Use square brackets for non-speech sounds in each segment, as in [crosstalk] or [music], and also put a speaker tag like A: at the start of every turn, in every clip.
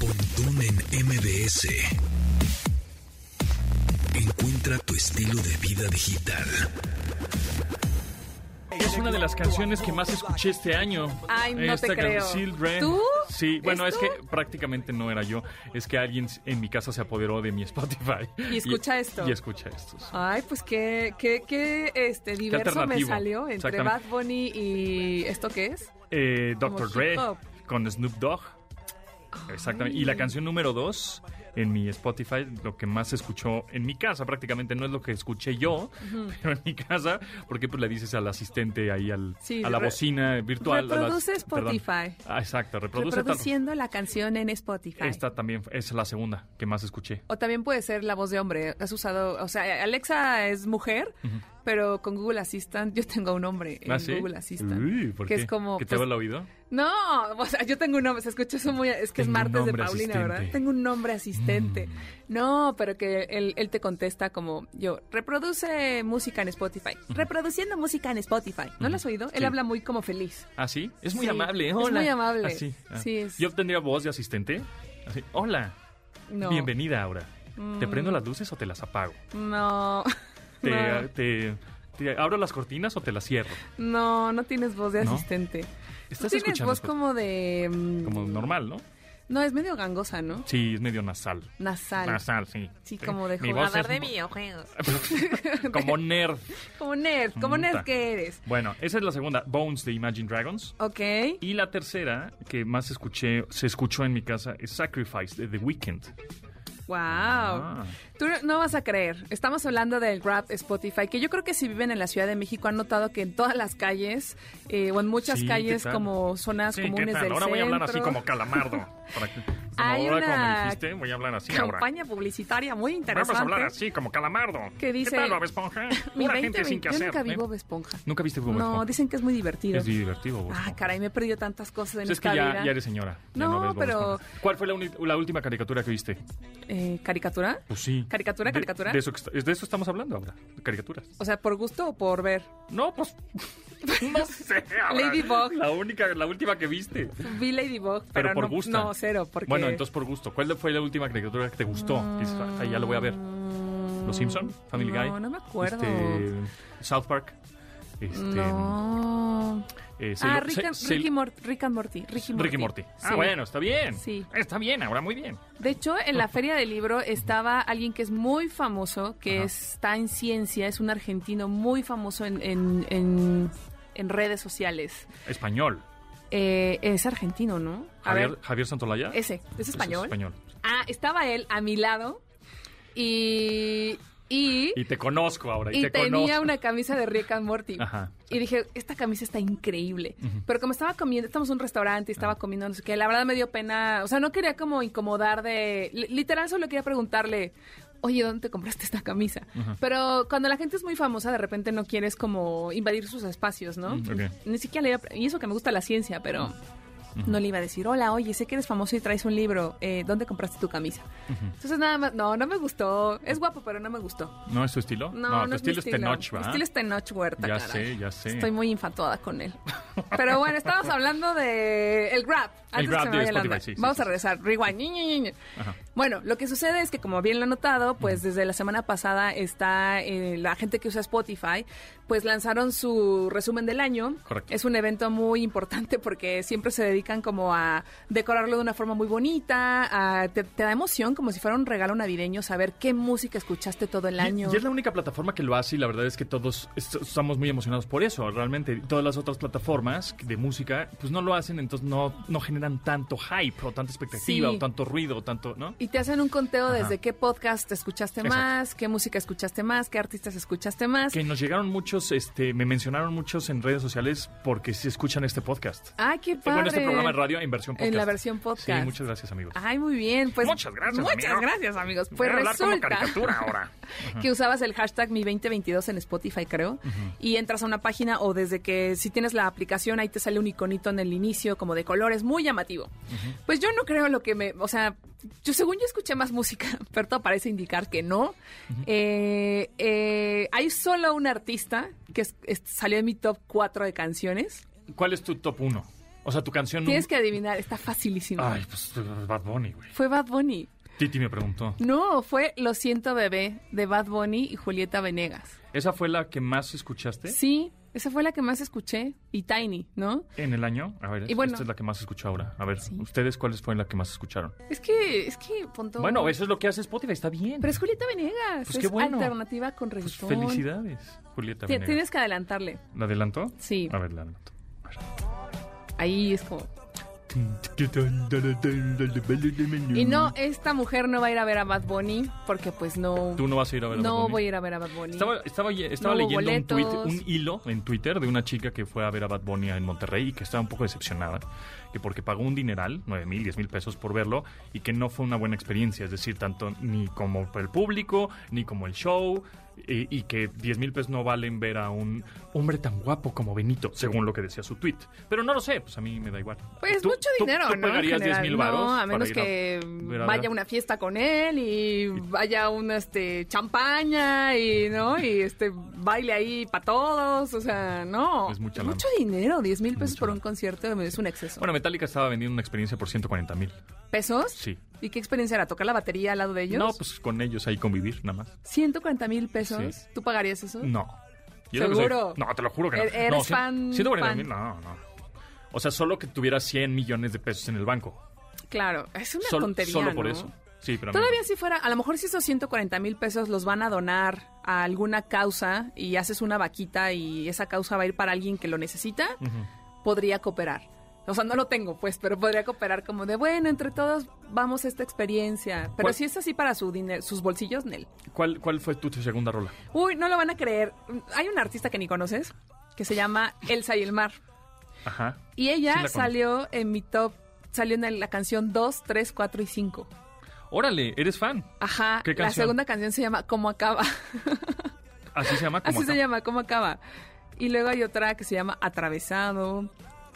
A: Pontón en MBS. Encuentra tu estilo de vida digital.
B: Es una de las canciones que más escuché este año.
C: Ay, no te
B: Esta can-
C: creo.
B: Children.
C: ¿Tú?
B: Sí,
C: ¿Es
B: bueno, es
C: tú?
B: que prácticamente no era yo. Es que alguien en mi casa se apoderó de mi Spotify.
C: Y escucha esto.
B: Y escucha esto. sí.
C: Ay, pues qué, qué, qué este, diverso me
B: alternativo.
C: salió entre Bad
B: Exactamente.
C: Bunny y ¿esto qué es?
B: Eh, Dr.
C: hip
B: Dre
C: hop.
B: con Snoop Dogg. Exactamente. Y la canción número dos en mi Spotify, lo que más se escuchó en mi casa, prácticamente no es lo que escuché yo, pero en mi casa, porque pues le dices al asistente ahí al,
C: Sí,
B: a la
C: re-
B: bocina virtual. a las-
C: reproduce
B: perdón.
C: Spotify.
B: Ah, exacto, reproduce tal-
C: Reproduciendo la canción en Spotify.
B: Esta también es la segunda que más escuché.
C: O también puede ser la voz de hombre. Has usado, o sea, Alexa es mujer, pero con Google Assistant yo tengo un hombre en
B: ¿Ah, sí?
C: Google Assistant.
B: Uy, ¿por
C: que
B: qué?
C: es como
B: ¿Que te
C: pues,
B: va el oído?
C: No, o sea, yo tengo un nombre, se escucha eso muy, es que
B: Tengo un
C: es martes de
B: nombre
C: Paulina, ¿verdad?
B: asistente.
C: Tengo un nombre asistente.
B: Mm.
C: No, pero que él, él te contesta como yo, reproduce música en Spotify. Reproduciendo música en Spotify. ¿No lo has oído? Él
B: Sí.
C: habla muy como feliz.
B: ¿Ah, sí? Es muy
C: Sí,
B: amable,
C: es
B: hola.
C: muy amable.
B: Así, ah.
C: Sí, es-
B: Yo tendría voz de asistente. Así, hola,
C: No. Mm,
B: bienvenida ahora. ¿Te prendo las luces o te las apago?
C: No. [laughs]
B: ¿Te, ah,
C: No.
B: te- te abro las cortinas o te las cierro?
C: No, no tienes voz de
B: ¿No?
C: asistente. Tú
B: Estás
C: tienes
B: escuchando
C: voz
B: esto?
C: como de... mm,
B: Como normal, ¿no?
C: No, es medio gangosa, ¿no?
B: Sí, es medio nasal.
C: Nasal.
B: Nasal, sí.
C: Sí, como de
B: Mi voz
C: jugador
B: es
C: de
B: mo-
C: videojuegos.
B: [laughs] Como nerd.
C: [laughs] Como nerd, como nerd
B: Puta.
C: que eres.
B: Bueno, esa es la segunda, Bones de Imagine Dragons.
C: Ok.
B: Y la tercera que más escuché, se escuchó en mi casa, es Sacrifice de The Weeknd.
C: Wow.
B: Ah.
C: Tú no- no vas a creer. Estamos hablando del Rap Spotify, que yo creo que si viven en la Ciudad de México han notado que en todas las calles eh, o en muchas
B: Sí, ¿qué
C: calles
B: tal?
C: como zonas
B: Sí, ¿qué
C: comunes
B: tal?
C: del
B: Ahora
C: centro.
B: voy a hablar así como calamardo. Para
C: [laughs]
B: que, como
C: Hay
B: ahora como
C: una
B: me dijiste, voy a hablar así ahora.
C: campaña publicitaria muy interesante.
B: Vamos a hablar así como calamardo.
C: Que dice-
B: ¿Qué tal, Bob Esponja?
C: [laughs] Mi
B: Pura
C: 20,
B: gente sin que
C: yo
B: hacer.
C: nunca vi
B: ¿eh?
C: Bob Esponja.
B: ¿Nunca viste Bob Esponja?
C: No, dicen que es muy divertido.
B: Es divertido, Bob
C: Ah,
B: Esponja.
C: caray, me he perdido tantas cosas en
B: Es que
C: esta
B: ya,
C: vida.
B: ya eres señora. ya
C: No,
B: ves Bob
C: pero-
B: Esponja. ¿Cuál fue la, uni- la última caricatura que viste?
C: Eh, ¿Caricatura?
B: Pues sí.
C: ¿Caricatura,
B: De-
C: caricatura?
B: De, eso, que est- de eso estamos hablando ahora. de Caricaturas.
C: O sea, ¿por gusto o por ver?
B: No, pues. No sé. ahora.
C: [laughs] Ladybug.
B: La, única, la última que viste.
C: Vi Ladybug, pero,
B: Pero, por
C: no,
B: gusto.
C: no, cero, porque... Mm.
B: Bueno, entonces por gusto. ¿Cuál fue la última caricatura que te gustó? Que dices, "Ah, ya lo voy a ver. ¿Los Simpson? ¿Family
C: no,
B: Guy?
C: No, me acuerdo.
B: Este, South Park. Este,
C: No.
B: eh,
C: ah,
B: Sailor-
C: Rick, and-
B: Sail-
C: Rick y Mor- Rick and Morty. Rick y Morty.
B: Rick y Morty. Ah,
C: Sí.
B: bueno, está bien.
C: Sí.
B: Está bien, ahora muy bien.
C: De hecho, en la feria del libro estaba alguien que es muy famoso, que
B: Ajá.
C: está en ciencia, es un argentino muy famoso en, en, en- en redes sociales.
B: Español.
C: Eh, es argentino, ¿no? A
B: Javier,
C: ver,
B: Javier Santolaya.
C: ese, ¿es español?
B: español.
C: Ah, estaba él a mi lado y... Y,
B: Y te conozco ahora. Y,
C: y
B: te
C: tenía
B: conozco.
C: una camisa de Rick and Morty.
B: Ajá.
C: Y dije, esta camisa está increíble. Pero como estaba comiendo, estamos en un restaurante y
B: Ah.
C: estaba comiendo, no sé qué, la verdad me dio pena. O sea, no quería como incomodar de. li- Literal, solo quería preguntarle, oye, ¿dónde te compraste esta camisa? Pero cuando la gente es muy famosa, de repente no quieres como invadir sus espacios, ¿no?
B: Mm, ok.
C: Ni siquiera le iba a- Y eso que me gusta la ciencia, pero. No le iba a decir, hola, oye, sé que eres famoso y traes un libro, eh, ¿dónde compraste tu camisa? Entonces nada más, no, no me gustó, es guapo, pero no me gustó.
B: ¿No es tu estilo? tu
C: No, no, es mi
B: estilo es Tenoch,
C: Mi
B: ¿verdad?
C: estilo es Tenoch Huerta,
B: Ya
C: caray.
B: sé, ya sé.
C: Estoy muy infatuada
B: [laughs]
C: con él. Pero bueno, estábamos hablando de el grab. Antes
B: Grab de
C: que me vaya la
B: Spotify,
C: onda.
B: sí, sí,
C: Vamos
B: sí,
C: a regresar. Rewind. Ñi, Ñi, Ñi, Ñi.
B: Ajá.
C: Bueno, lo que sucede es que, como bien lo han notado, pues desde la semana pasada está eh, la gente que usa Spotify, pues lanzaron su resumen del año.
B: Correcto.
C: Es un evento muy importante porque siempre se dedican como a decorarlo de una forma muy bonita, a- te, te da emoción como si fuera un regalo navideño saber qué música escuchaste todo el
B: Y-
C: año.
B: Y, es la única plataforma que lo hace y la verdad es que todos est- estamos muy emocionados por eso. Realmente todas las otras plataformas de música pues no lo hacen, entonces no, no generan tanto hype o tanta expectativa o
C: Sí.
B: tanto ruido o tanto, ¿no?
C: Y te hacen un conteo
B: Ajá.
C: desde qué podcast escuchaste
B: Exacto.
C: más, qué música escuchaste más, qué artistas escuchaste más.
B: Que nos llegaron muchos, este, me mencionaron muchos en redes sociales porque se escuchan este podcast.
C: Ay, qué
B: Fue
C: Ah, padre.
B: bueno, este programa de radio en versión podcast.
C: En la versión podcast.
B: Sí, muchas gracias, amigos.
C: Ay, muy bien. Pues,
B: Muchas gracias,
C: Muchas
B: amigo.
C: gracias, amigos. Pues
B: Voy a hablar como
C: resulta
B: caricatura ahora.
C: [laughs] que usabas el hashtag mi 2022 en Spotify, creo. Y entras a una página o desde que si tienes la aplicación, ahí te sale un iconito en el inicio, como de colores, muy llamativo. Pues yo no creo lo que me. O sea, yo según yo escuché más música, [laughs] pero todo parece indicar que no. Eh, eh, hay solo un artista que es- es- salió en mi top 4 de canciones.
B: ¿Cuál es tu top 1? O sea, tu canción...
C: Tienes que adivinar, está facilísimo.
B: Ay, pues Bad Bunny, güey.
C: Fue Bad Bunny.
B: Titi me preguntó.
C: No, fue Lo siento bebé de Bad Bunny y Julieta Venegas.
B: ¿Esa fue la que más escuchaste?
C: Sí, esa fue la que más escuché y Tiny, ¿no?
B: En el año, a ver,
C: Y bueno-
B: esta es la que más escucho ahora. A ver,
C: Sí.
B: ¿ustedes cuáles fueron la que más escucharon?
C: Es que es que punto.
B: Bueno, eso es lo que hace Spotify, está bien.
C: Pero es Julieta Venegas,
B: Pues qué
C: es
B: bueno.
C: alternativa con
B: Pues
C: reggaetón.
B: felicidades, Julieta.
C: Ti-
B: Venegas. Ah.
C: Tienes que adelantarle.
B: ¿La adelantó?
C: Sí.
B: A ver, la adelanto.
C: Ahí es como
B: Mm.
C: y no esta mujer no va a ir a ver a Bad Bunny porque pues no
B: Tú no vas a ir a ver a
C: no
B: Bad Bunny?
C: voy a ir a ver a Bad Bunny.
B: Estaba, estaba, estaba
C: No hubo
B: leyendo un, tuit-
C: boletos.
B: un hilo en Twitter de una chica que fue a ver a Bad Bunny en Monterrey y que estaba un poco decepcionada, que porque pagó un dineral, 9 mil, 10 mil pesos por verlo, y que no fue una buena experiencia, es decir, tanto ni como para el público, ni como el show, eh, y que 10 mil pesos no valen ver a un hombre tan guapo como Benito, según lo que decía su tweet. Pero no lo sé, pues a mí me da igual.
C: Pues
B: Tú-
C: mucho
B: tú-
C: dinero,
B: tú
C: ¿no? En
B: pagarías
C: general,
B: 10,000
C: no,
B: varos
C: a
B: para
C: menos
B: ir a
C: que
B: ver a
C: vaya
B: ver-
C: una fiesta con él y vaya un este champaña y no y este baile ahí para todos, o sea, no.
B: Es mucha
C: mucho dinero, 10 mil pesos
B: Mucha
C: por un
B: lana.
C: concierto es un exceso.
B: Bueno, Metallica estaba vendiendo una experiencia por 140 mil.
C: ¿Pesos?
B: Sí.
C: ¿Y qué experiencia era? ¿Tocar la batería al lado de ellos?
B: No, pues con ellos ahí convivir, nada más.
C: 140 mil pesos.
B: Sí.
C: ¿Tú pagarías eso?
B: No. creo que
C: ¿Seguro?
B: soy- no, te lo juro que no.
C: E- eres
B: no, cien-
C: fan-
B: 140 mil,
C: fan.
B: no, no. O sea, solo que tuviera 100 millones de pesos en el banco.
C: Claro, es una
B: Solo,
C: tontería.
B: solo por
C: ¿no?
B: eso. Sí, pero a mí
C: Todavía
B: no.
C: si fuera, a lo mejor si esos 140 mil pesos los van a donar a alguna causa y haces una vaquita y esa causa va a ir para alguien que lo necesita, podría cooperar. O sea, no lo tengo, pues, pero podría cooperar como de, bueno, entre todos vamos a esta experiencia. Pero
B: ¿Cuál-
C: si es así para su dinero, sus bolsillos, Nel.
B: ¿Cuál, ¿Cuál fue tu segunda rola?
C: Uy, no lo van a creer. Hay una artista que ni conoces que se llama Elsa y el Mar.
B: Ajá.
C: Y
B: Sí la
C: ella
B: conozco.
C: salió en mi top, salió en la canción 2, 3, 4 y 5.
B: Órale, eres fan.
C: Ajá,
B: ¿Qué
C: la
B: canción?
C: segunda canción se llama Cómo acaba.
B: Así se llama. como
C: Así se
B: acá.
C: llama, ¿cómo acaba? Y luego hay otra que se llama Atravesado,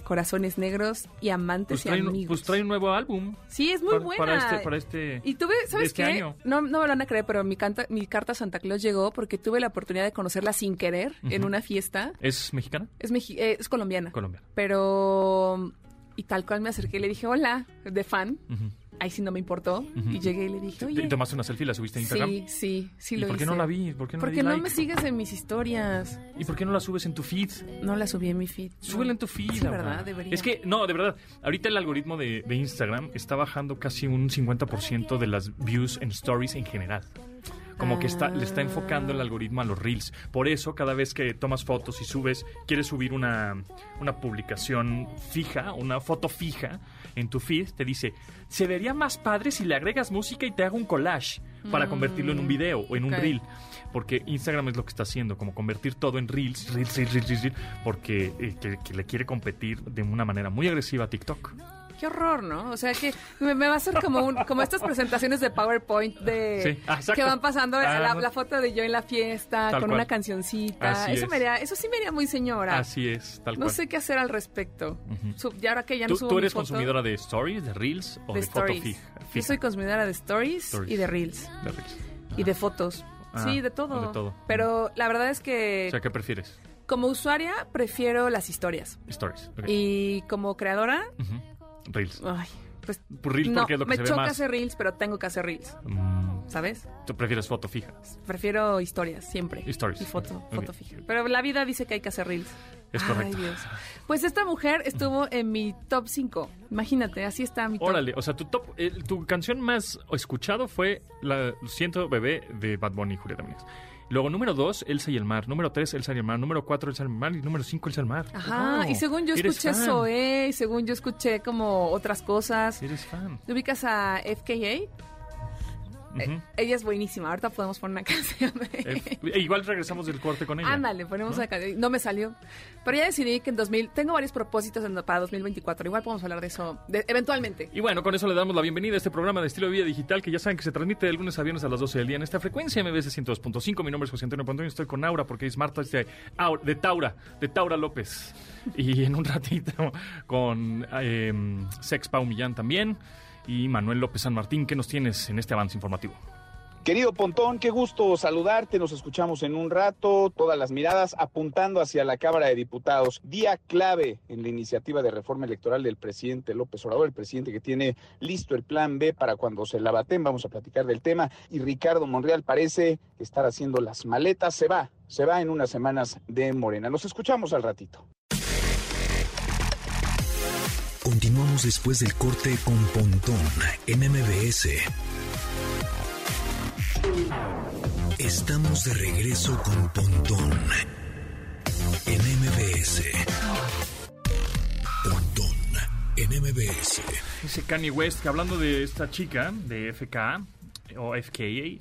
C: Corazones Negros y Amantes
B: Pues
C: y
B: trae, un-
C: Amigos.
B: pues trae un nuevo álbum.
C: sí, es muy
B: para,
C: buena.
B: Para este. Para este...
C: Y tuve, ¿sabes
B: este
C: qué?
B: año.
C: No, no me lo van a creer, pero mi, canta- mi carta a Santa Claus llegó porque tuve la oportunidad de conocerla sin querer en una fiesta.
B: ¿Es mexicana?
C: Es, meji- eh, es colombiana.
B: Colombiana.
C: pero... Y tal cual me acerqué y le dije, hola, de fan.
B: Ujú.
C: Ahí sí no me importó. Y llegué y le dije,
B: ¿Te-
C: oye...
B: te tomaste una selfie? ¿La subiste a Instagram?
C: Sí, sí, sí
B: ¿Y
C: lo
B: por qué
C: hice.
B: no la vi? ¿Por qué no le
C: Porque
B: di
C: no
B: like?
C: me sigues en mis historias.
B: ¿Y por qué no la subes en tu feed?
C: No la subí en mi feed. No.
B: Súbela en tu feed.
C: Sí,
B: Laura.
C: ¿verdad? Debería.
B: Es que, no, de verdad, ahorita el algoritmo de, de Instagram está bajando casi un 50% de las views en stories en general. Como que está, le está enfocando el algoritmo a los reels. Por eso, cada vez que tomas fotos y subes, quieres subir una, una publicación fija, una foto fija en tu feed, te dice, se vería más padre si le agregas música y te hago un collage para convertirlo
C: Mm.
B: en un video o en un
C: ok.
B: reel. Porque Instagram es lo que está haciendo, como convertir todo en reels, reels, reels, reels, reels, reels, porque eh, que, que le quiere competir de una manera muy agresiva a TikTok.
C: Qué horror, ¿no? O sea que me, me va a hacer como un, como estas presentaciones de PowerPoint de
B: Sí, ah, exacto.
C: que van pasando eh,
B: Ah,
C: la,
B: no.
C: la foto de yo en la fiesta
B: Tal
C: con
B: cual.
C: una cancioncita.
B: Así
C: eso
B: es.
C: me haría, eso sí me haría muy señora.
B: Así es, tal
C: no
B: cual.
C: sé qué hacer al respecto. Sub- Y ahora que ya no
B: ¿Tú,
C: subo
B: tú
C: mi
B: eres
C: foto
B: consumidora de stories, de reels o
C: de
B: de, foto
C: stories.
B: fija?
C: Yo
B: fija?
C: soy consumidora de stories,
B: Stories.
C: y de reels
B: De reels.
C: y de fotos.
B: Ah,
C: sí, de todo.
B: de todo.
C: Pero la verdad es que
B: O sea, ¿qué prefieres?
C: como usuaria prefiero las historias.
B: Stories. ok.
C: Y como creadora,
B: Ujú. Reels.
C: ay, pues
B: Por reels
C: no,
B: porque es lo que
C: me
B: se ve
C: choca
B: más.
C: hacer reels, pero tengo que hacer reels,
B: Mm,
C: ¿sabes?
B: ¿Tú prefieres foto fija?
C: Prefiero historias siempre.
B: Stories.
C: Y foto,
B: Ok.
C: foto fija. Pero la vida dice que hay que hacer reels.
B: Es correcto. [laughs]
C: Ay, Dios. Pues esta mujer estuvo en mi top 5. Imagínate, así está mi top.
B: Órale, o sea, tu top, eh, tu canción más escuchado fue la Siento Bebé de Bad Bunny y Julieta Venegas. Luego, número dos, Elsa y el Mar. Número tres, Elsa y el Mar. Número cuatro, Elsa y el Mar. Y número cinco, Elsa y el Mar.
C: Ajá,
B: Wow,
C: y según yo
B: eres
C: escuché ¿eh?
B: fan,
C: Zoé, y según yo escuché como otras cosas.
B: Eres fan.
C: ¿Te ubicas a FKA?
B: Ujú.
C: Ella es buenísima. Ahorita podemos poner una [laughs] canción de
B: Eh, e igual regresamos del corte con ella.
C: Ándale, ponemos
B: ¿No?
C: una canción. No me salió. Pero ya decidí que en 2000. Tengo varios propósitos en- para 2024. Igual podemos hablar de eso de- eventualmente.
B: Y bueno, con eso le damos la bienvenida a este programa de estilo de vida digital que ya saben que se transmite de lunes a viernes a las 12 del día en esta frecuencia MBS 102.5. Mi nombre es José Antonio Pontón y estoy con Aura porque es Marta es de, Au- de Taura, de Taura López. Y en un ratito con eh, Sex Pau Millán también y Manuel López San Martín. ¿Qué nos tienes en este avance informativo?
D: Querido Pontón, qué gusto saludarte. Nos escuchamos en un rato. Todas las miradas apuntando hacia la Cámara de Diputados. Día clave en la iniciativa de reforma electoral del presidente López Obrador, el presidente que tiene listo el plan B para cuando se la baten. Vamos a platicar del tema. Y Ricardo Monreal parece estar haciendo las maletas. Se va, se va en unas semanas de Morena. Nos escuchamos al ratito.
A: Continuamos después del corte con Pontón en MBS. Estamos de regreso con Pontón en MBS. Pontón en MBS.
B: Dice Kanye West que hablando de esta chica, de FK o FKA,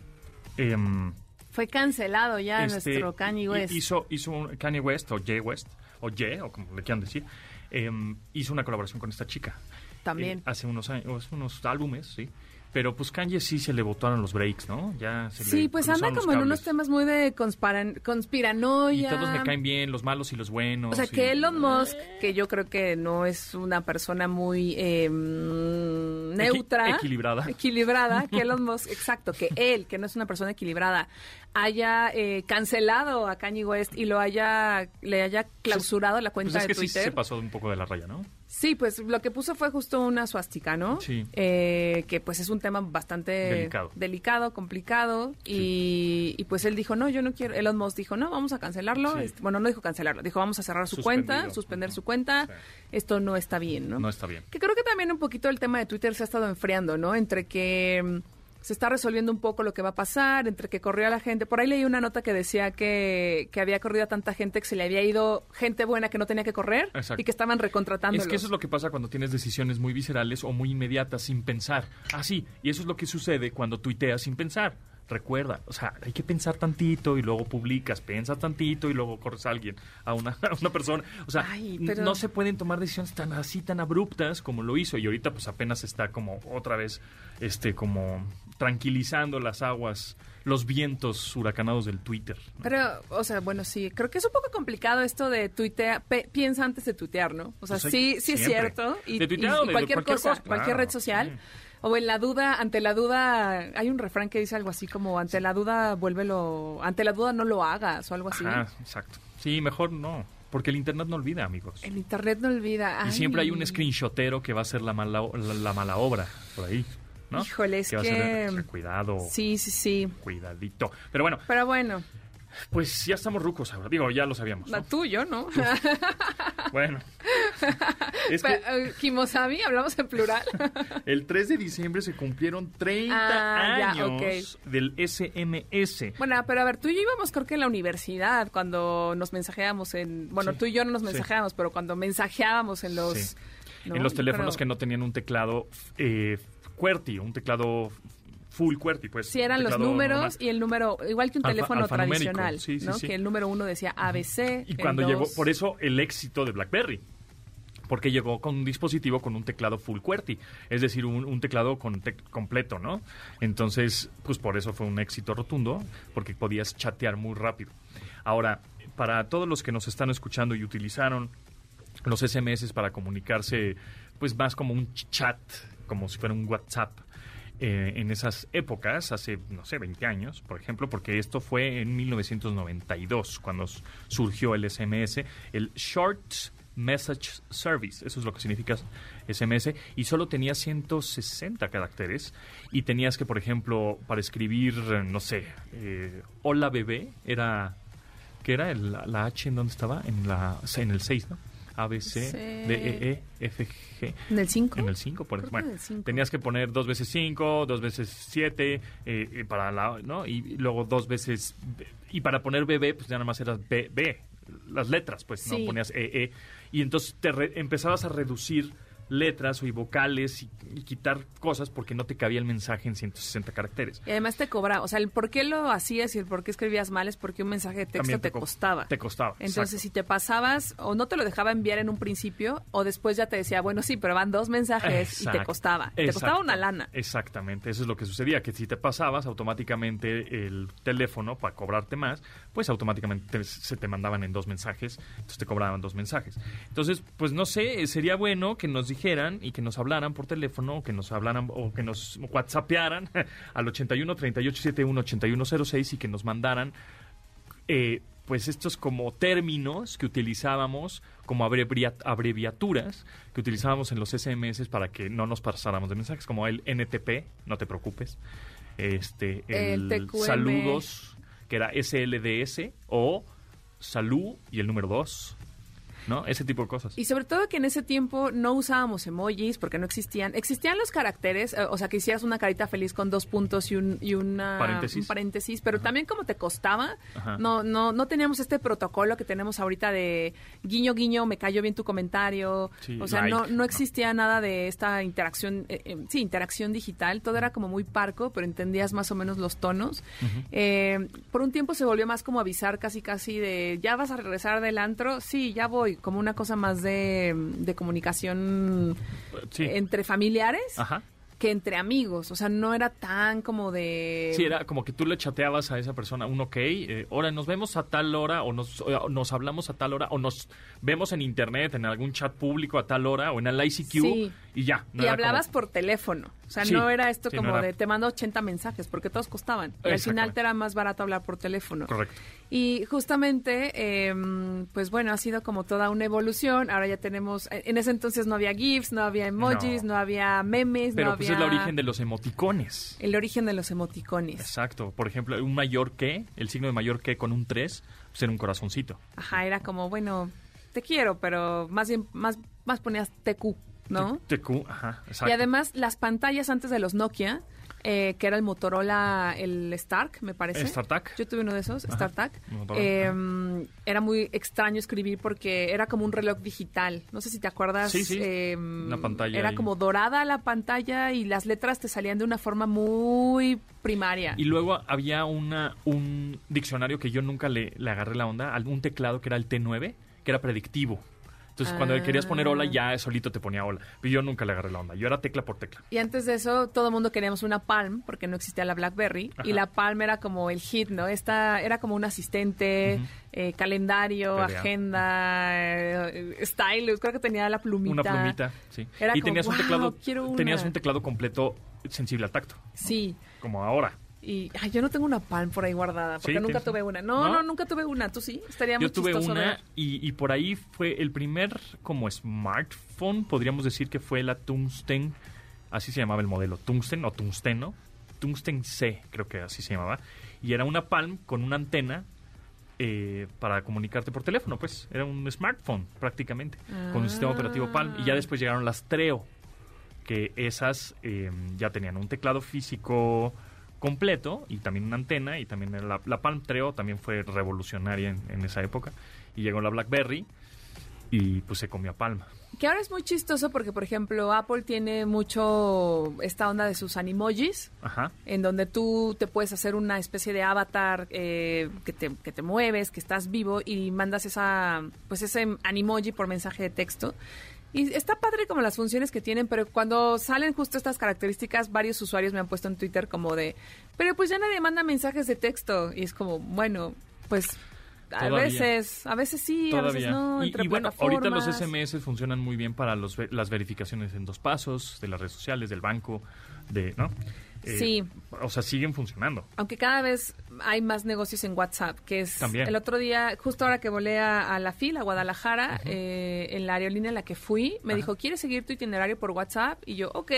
B: em,
C: Fue cancelado ya
B: este,
C: nuestro Kanye
B: hi-
C: West.
B: Hizo, hizo un Kanye West o Jay West, o Ye, o como le quieran decir, em, hizo una colaboración con esta chica.
C: También.
B: Eh, hace unos años, unos álbumes, sí. Pero pues Kanye sí se le botaron los breaks, ¿no? Ya se le
C: sí, pues anda
B: cruzaron
C: como
B: los
C: en unos
B: cables.
C: temas muy de consparan-
B: Y
C: conspiranoia.
B: todos me caen bien, los malos y los buenos.
C: O sea,
B: y-
C: que Elon Musk, que yo creo que no es una persona muy eh, mm, neutra.
B: equilibrada. [laughs]
C: Equilibrada, que Elon Musk, exacto, que él, que no es una persona equilibrada, haya eh, cancelado a Kanye West y lo haya, le haya clausurado la
B: Pues
C: cuenta
B: es que
C: de
B: sí
C: Twitter.
B: se pasó un poco de la raya, ¿no?
C: Sí, pues lo que puso fue justo una suástica, ¿no?
B: Sí.
C: Eh, que pues es un tema bastante
B: Delicado.
C: delicado, complicado. Y, y, pues él dijo, no, yo no quiero. Elon Musk dijo, no, vamos a cancelarlo.
B: Sí.
C: Este, bueno, no dijo cancelarlo, dijo, vamos a cerrar su
B: Suspendido.
C: cuenta, suspender
B: Ujú.
C: su cuenta.
B: Sí.
C: Esto no está bien, ¿no?
B: No está bien.
C: Que creo que también un poquito el tema de Twitter se ha estado enfriando, ¿no? Entre que mm, se está resolviendo un poco lo que va a pasar, entre que corrió a la gente. Por ahí leí una nota que decía que, que había corrido a tanta gente que se le había ido gente buena que no tenía que correr
B: Exacto.
C: y que estaban recontratándolos.
B: Es que eso es lo que pasa cuando tienes decisiones muy viscerales o muy inmediatas sin pensar. Ah, sí, y eso es lo que sucede cuando tuiteas sin pensar. Recuerda, o sea, hay que pensar tantito y luego publicas, piensas tantito y luego corres a alguien, a una, [laughs] a una persona. O sea,
C: Ay,
B: n-
C: pero-
B: no se pueden tomar decisiones tan así, tan abruptas como lo hizo. Y ahorita pues apenas está como otra vez, este, como tranquilizando las aguas, los vientos huracanados del Twitter. ¿no?
C: Pero, o sea, bueno, sí, creo que es un poco complicado esto de tuitear, pe- piensa antes de tuitear, ¿no? O sea,
B: Pues hay-
C: sí, sí es
B: siempre.
C: cierto. Y,
B: De tuitear
C: y-
B: o
C: y
B: de
C: cualquier,
B: cualquier
C: cosa,
B: cosa,
C: cualquier
B: claro,
C: red social. O en la duda, ante la duda, hay un refrán que dice algo así como, ante la duda, vuélvelo, ante la duda no lo hagas o algo así.
B: Ajá, exacto. Sí, mejor no, porque el Internet no olvida, amigos.
C: El internet no olvida.
B: Y
C: Ay.
B: siempre hay un screenshotero que va a hacer la mala, o- la, la mala obra por ahí, ¿no?
C: Híjole, es
B: va a hacer,
C: que-
B: o sea, cuidado,
C: Sí, sí, sí.
B: cuidadito. Pero bueno,
C: Pero bueno,
B: pues ya estamos rucos ahora. Digo, ya lo sabíamos, ¿no?
C: la tuyo, ¿no? [laughs]
B: Bueno. Es que
C: Pero, eh, Kimosabi, hablamos en plural.
B: el 3 de diciembre se cumplieron 30
C: Ah, ya,
B: años del SMS.
C: Bueno, pero a ver, tú y yo íbamos creo que en la universidad cuando nos mensajeábamos en... Bueno,
B: Sí,
C: tú y yo no nos
B: sí.
C: mensajeábamos, pero cuando mensajeábamos en los...
B: Sí.
C: ¿no?
B: en los
C: Yo
B: teléfonos
C: creo-
B: que no tenían un teclado eh, QWERTY, un teclado full QWERTY, pues.
C: Sí, eran
B: un
C: los
B: teclado
C: números
B: normal.
C: y el número, igual que un
B: Alfa-
C: teléfono
B: alfanumérico,
C: tradicional,
B: sí, sí,
C: ¿no?
B: sí.
C: Que el número uno decía ABC.
B: Y
C: el
B: cuando llegó,
C: dos-
B: por eso el éxito de BlackBerry. Porque llegó con un dispositivo con un teclado full QWERTY, es decir, un, un teclado con tec- completo, ¿no? Entonces, pues por eso fue un éxito rotundo, porque podías chatear muy rápido. Ahora, para todos los que nos están escuchando y utilizaron los SMS para comunicarse, pues más como un ch- chat, como si fuera un WhatsApp. eh, en esas épocas, hace, no sé, 20 años, por ejemplo, porque esto fue en 1992, cuando s- surgió el SMS, el Short Message Service, eso es lo que significa SMS, y solo tenía 160 caracteres, y tenías que, por ejemplo, para escribir, eh, no sé, eh, hola bebé, era que era el- la, la H en dónde estaba en la en el 6, ¿no? A B C
C: Sí.
B: D E E F G
C: ¿En el 5?
B: en el 5, por
C: Creo que
B: ejemplo. Bueno,
C: en el cinco.
B: tenías que poner dos veces 5, dos veces 7 para la ¿no? Y luego dos veces y para poner bebé pues ya nada más era B, B las letras, pues
C: Sí.
B: no ponías E E y entonces te re- empezabas a reducir letras y vocales y, y quitar cosas porque no te cabía el mensaje en 160 caracteres.
C: Y además te cobraba, o sea, el por qué lo hacías y el por qué escribías mal es porque un mensaje de texto
B: También
C: te,
B: co-
C: costaba.
B: Te costaba.
C: Entonces,
B: exacto.
C: si te pasabas o no te lo dejaba enviar en un principio, o después ya te decía, bueno, sí, pero van dos mensajes y te
B: Exacto,
C: costaba. Te costaba
B: exacto,
C: una lana.
B: Exactamente, eso es lo que sucedía, que si te pasabas automáticamente el teléfono para cobrarte más, pues automáticamente te- se te mandaban en dos mensajes, entonces te cobraban dos mensajes. Entonces, pues no sé, sería bueno que nos dijeran y que nos hablaran por teléfono o que nos hablaran o que nos whatsappearan [laughs] al 81 38 71 81 06 y que nos mandaran eh, pues estos como términos que utilizábamos como abrevia- abreviaturas que utilizábamos en los SMS para que no nos pasáramos de mensajes como el NTP, no te preocupes, este
C: El
B: el,
C: TQM.
B: saludos que era SLDS o salud y el número 2, ¿no? Ese tipo de cosas.
C: Y sobre todo que en ese tiempo no usábamos emojis porque no existían. Existían los caracteres, eh, o sea, que hicieras una carita feliz con dos puntos y, un, y una,
B: Paréntesis.
C: un paréntesis, pero también como te costaba,
B: Ajá.
C: no, no, no teníamos este protocolo que tenemos ahorita de guiño, guiño, me cayó bien tu comentario.
B: Sí,
C: o sea,
B: like,
C: no, no
B: ¿no?
C: existía nada de esta interacción, eh, eh, sí, interacción digital. Todo era como muy parco, pero entendías más o menos los tonos. Eh, por un tiempo se volvió más como avisar casi casi de ya vas a regresar del antro, sí, ya voy, como una cosa más de, de comunicación
B: Sí. Ah.
C: entre familiares
B: Ajá.
C: que entre amigos, o sea, no era tan como de...
B: Sí, era como que tú le chateabas a esa persona un ok, eh, ahora nos vemos a tal hora, o nos, o nos hablamos a tal hora, o nos vemos en internet, en algún chat público a tal hora, o en el ICQ,
C: Sí.
B: y ya. no
C: y
B: era
C: hablabas
B: como-
C: por teléfono, o sea,
B: Sí,
C: no era esto
B: sí, no
C: como
B: era-
C: de te mando 80 mensajes, porque todos costaban, y al final
B: Exactamente.
C: te era más barato hablar por teléfono.
B: Correcto.
C: Y justamente, eh, pues bueno, ha sido como toda una evolución. Ahora ya tenemos, eh, en ese entonces no había GIFs, no había emojis, no,
B: No.
C: había memes,
B: Pero
C: no
B: pues
C: había...
B: es el origen de los emoticones.
C: El origen de los emoticones.
B: Exacto. Por ejemplo, un mayor que, el signo de mayor que con un 3, pues era un corazoncito.
C: Ajá, era como, bueno, te quiero, pero más bien, más, más ponías TQ, ¿no?
B: T- TQ, ajá, exacto.
C: Y además las pantallas antes de los Nokia, eh, que era el Motorola, el StarK, me parece.
B: StarTAC.
C: ¿eh? Yo tuve uno de esos,
B: Ajá.
C: StarTAC.
B: Motorola,
C: Eh, era muy extraño escribir porque era como un reloj digital. No sé si te acuerdas.
B: Sí, sí.
C: eh,
B: Una pantalla
C: Era
B: ahí.
C: como dorada la pantalla y las letras te salían de una forma muy primaria.
B: Y luego había una, un diccionario que yo nunca le, le agarré la onda, al- un teclado que era el T9, que era predictivo. Entonces, cuando
C: Ah.
B: le querías poner hola, ya solito te ponía hola. Pero yo nunca le agarré la onda. Yo era tecla por tecla.
C: Y antes de eso, todo el mundo queríamos una Palm, porque no existía la BlackBerry.
B: Ajá.
C: Y la Palm era como el hit, ¿no? Esta era como un asistente,
B: Ujú.
C: eh, calendario,
B: Tarea.
C: agenda, eh, stylus. Creo que tenía la plumita.
B: Una plumita, sí.
C: Era
B: y
C: como,
B: tenías un
C: "Guau,
B: teclado,
C: quiero una".
B: tenías un teclado completo sensible al tacto,
C: Sí.
B: como ahora.
C: Y ay, yo no tengo una Palm por ahí guardada, porque
B: Sí,
C: nunca
B: tienes-
C: tuve una. No, no,
B: ¿No?
C: nunca tuve una. ¿Tú sí? Estaría muy
B: Yo tuve
C: chistoso
B: una
C: ver.
B: y, y por ahí fue el primer como smartphone, podríamos decir que fue la Tungsten, así se llamaba el modelo, Tungsten o Tungsteno, Tungsten C creo que así se llamaba, y era una Palm con una antena eh, para comunicarte por teléfono, pues era un smartphone prácticamente, con un sistema operativo Palm, y ya después llegaron las Treo, que esas eh, ya tenían un teclado físico completo y también una antena y también la, la Palm Treo también fue revolucionaria en, en esa época y llegó la BlackBerry y pues se comió a Palma.
C: Que ahora es muy chistoso porque, por ejemplo, Apple tiene mucho esta onda de sus animojis.
B: Ajá.
C: en donde tú te puedes hacer una especie de avatar eh, que, te, que te mueves, que estás vivo y mandas esa, pues ese animoji por mensaje de texto. Y está padre como las funciones que tienen, pero cuando salen justo estas características, varios usuarios me han puesto en Twitter como de, pero pues ya nadie manda mensajes de texto. Y es como, bueno, pues a
B: Todavía.
C: veces, a veces sí, a veces
B: Todavía.
C: no,
B: y,
C: entre
B: y bueno, ahorita los
C: plataformas.
B: SMS funcionan muy bien para los, ve- las verificaciones en dos pasos, de las redes sociales, del banco, de, ¿no? Eh,
C: Sí.
B: O sea, siguen funcionando.
C: Aunque cada vez hay más negocios en WhatsApp, que es
B: También.
C: el otro día, justo ahora que volé a, a la fila, a Guadalajara, eh, en la aerolínea en la que fui, me
B: Ajá.
C: dijo, ¿quieres seguir tu itinerario por WhatsApp? Y yo, ok.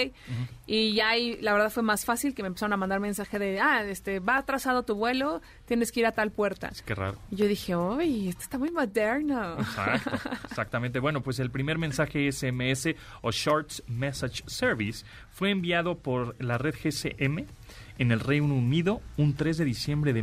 C: Y ya ahí, la verdad fue más fácil que me empezaron a mandar mensaje de, ah, este, va atrasado tu vuelo, tienes que ir a tal puerta.
B: Es que raro.
C: Y yo dije, uy, esto está muy moderno.
B: Exacto, exactamente. Bueno, pues el primer mensaje SMS o Short Message Service fue enviado por la red GCM en el Reino Unido un 3 de diciembre de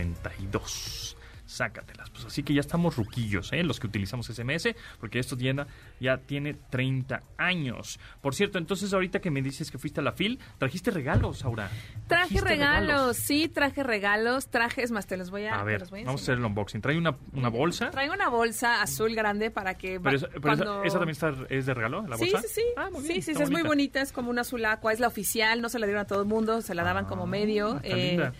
B: 1992. Sácatelas, pues así que ya estamos ruquillos, ¿eh? los que utilizamos SMS, porque esto tiene- ya tiene 30 años. Por cierto, entonces ahorita que me dices que fuiste a la FIL, trajiste regalos, Aura.
C: [laughs] Traje
B: Trajiste
C: regalos, sí, traje regalos, trajes más, te los voy a...
B: A
C: te
B: ver,
C: los voy a
B: vamos a hacer
C: enseñar.
B: el unboxing. Trae una, una bolsa.
C: Traigo una bolsa azul grande para que... va-
B: Pero, esa, pero esa-
C: cuando-
B: esa también está, es de regalo, la bolsa.
C: Sí, sí, sí.
B: Ah, muy
C: sí,
B: bien,
C: sí,
B: está
C: sí, es muy bonita, es como una azul aqua, es la oficial, no se la dieron a todo el mundo, se la daban
B: Ah,
C: como medio. eh,
B: está linda.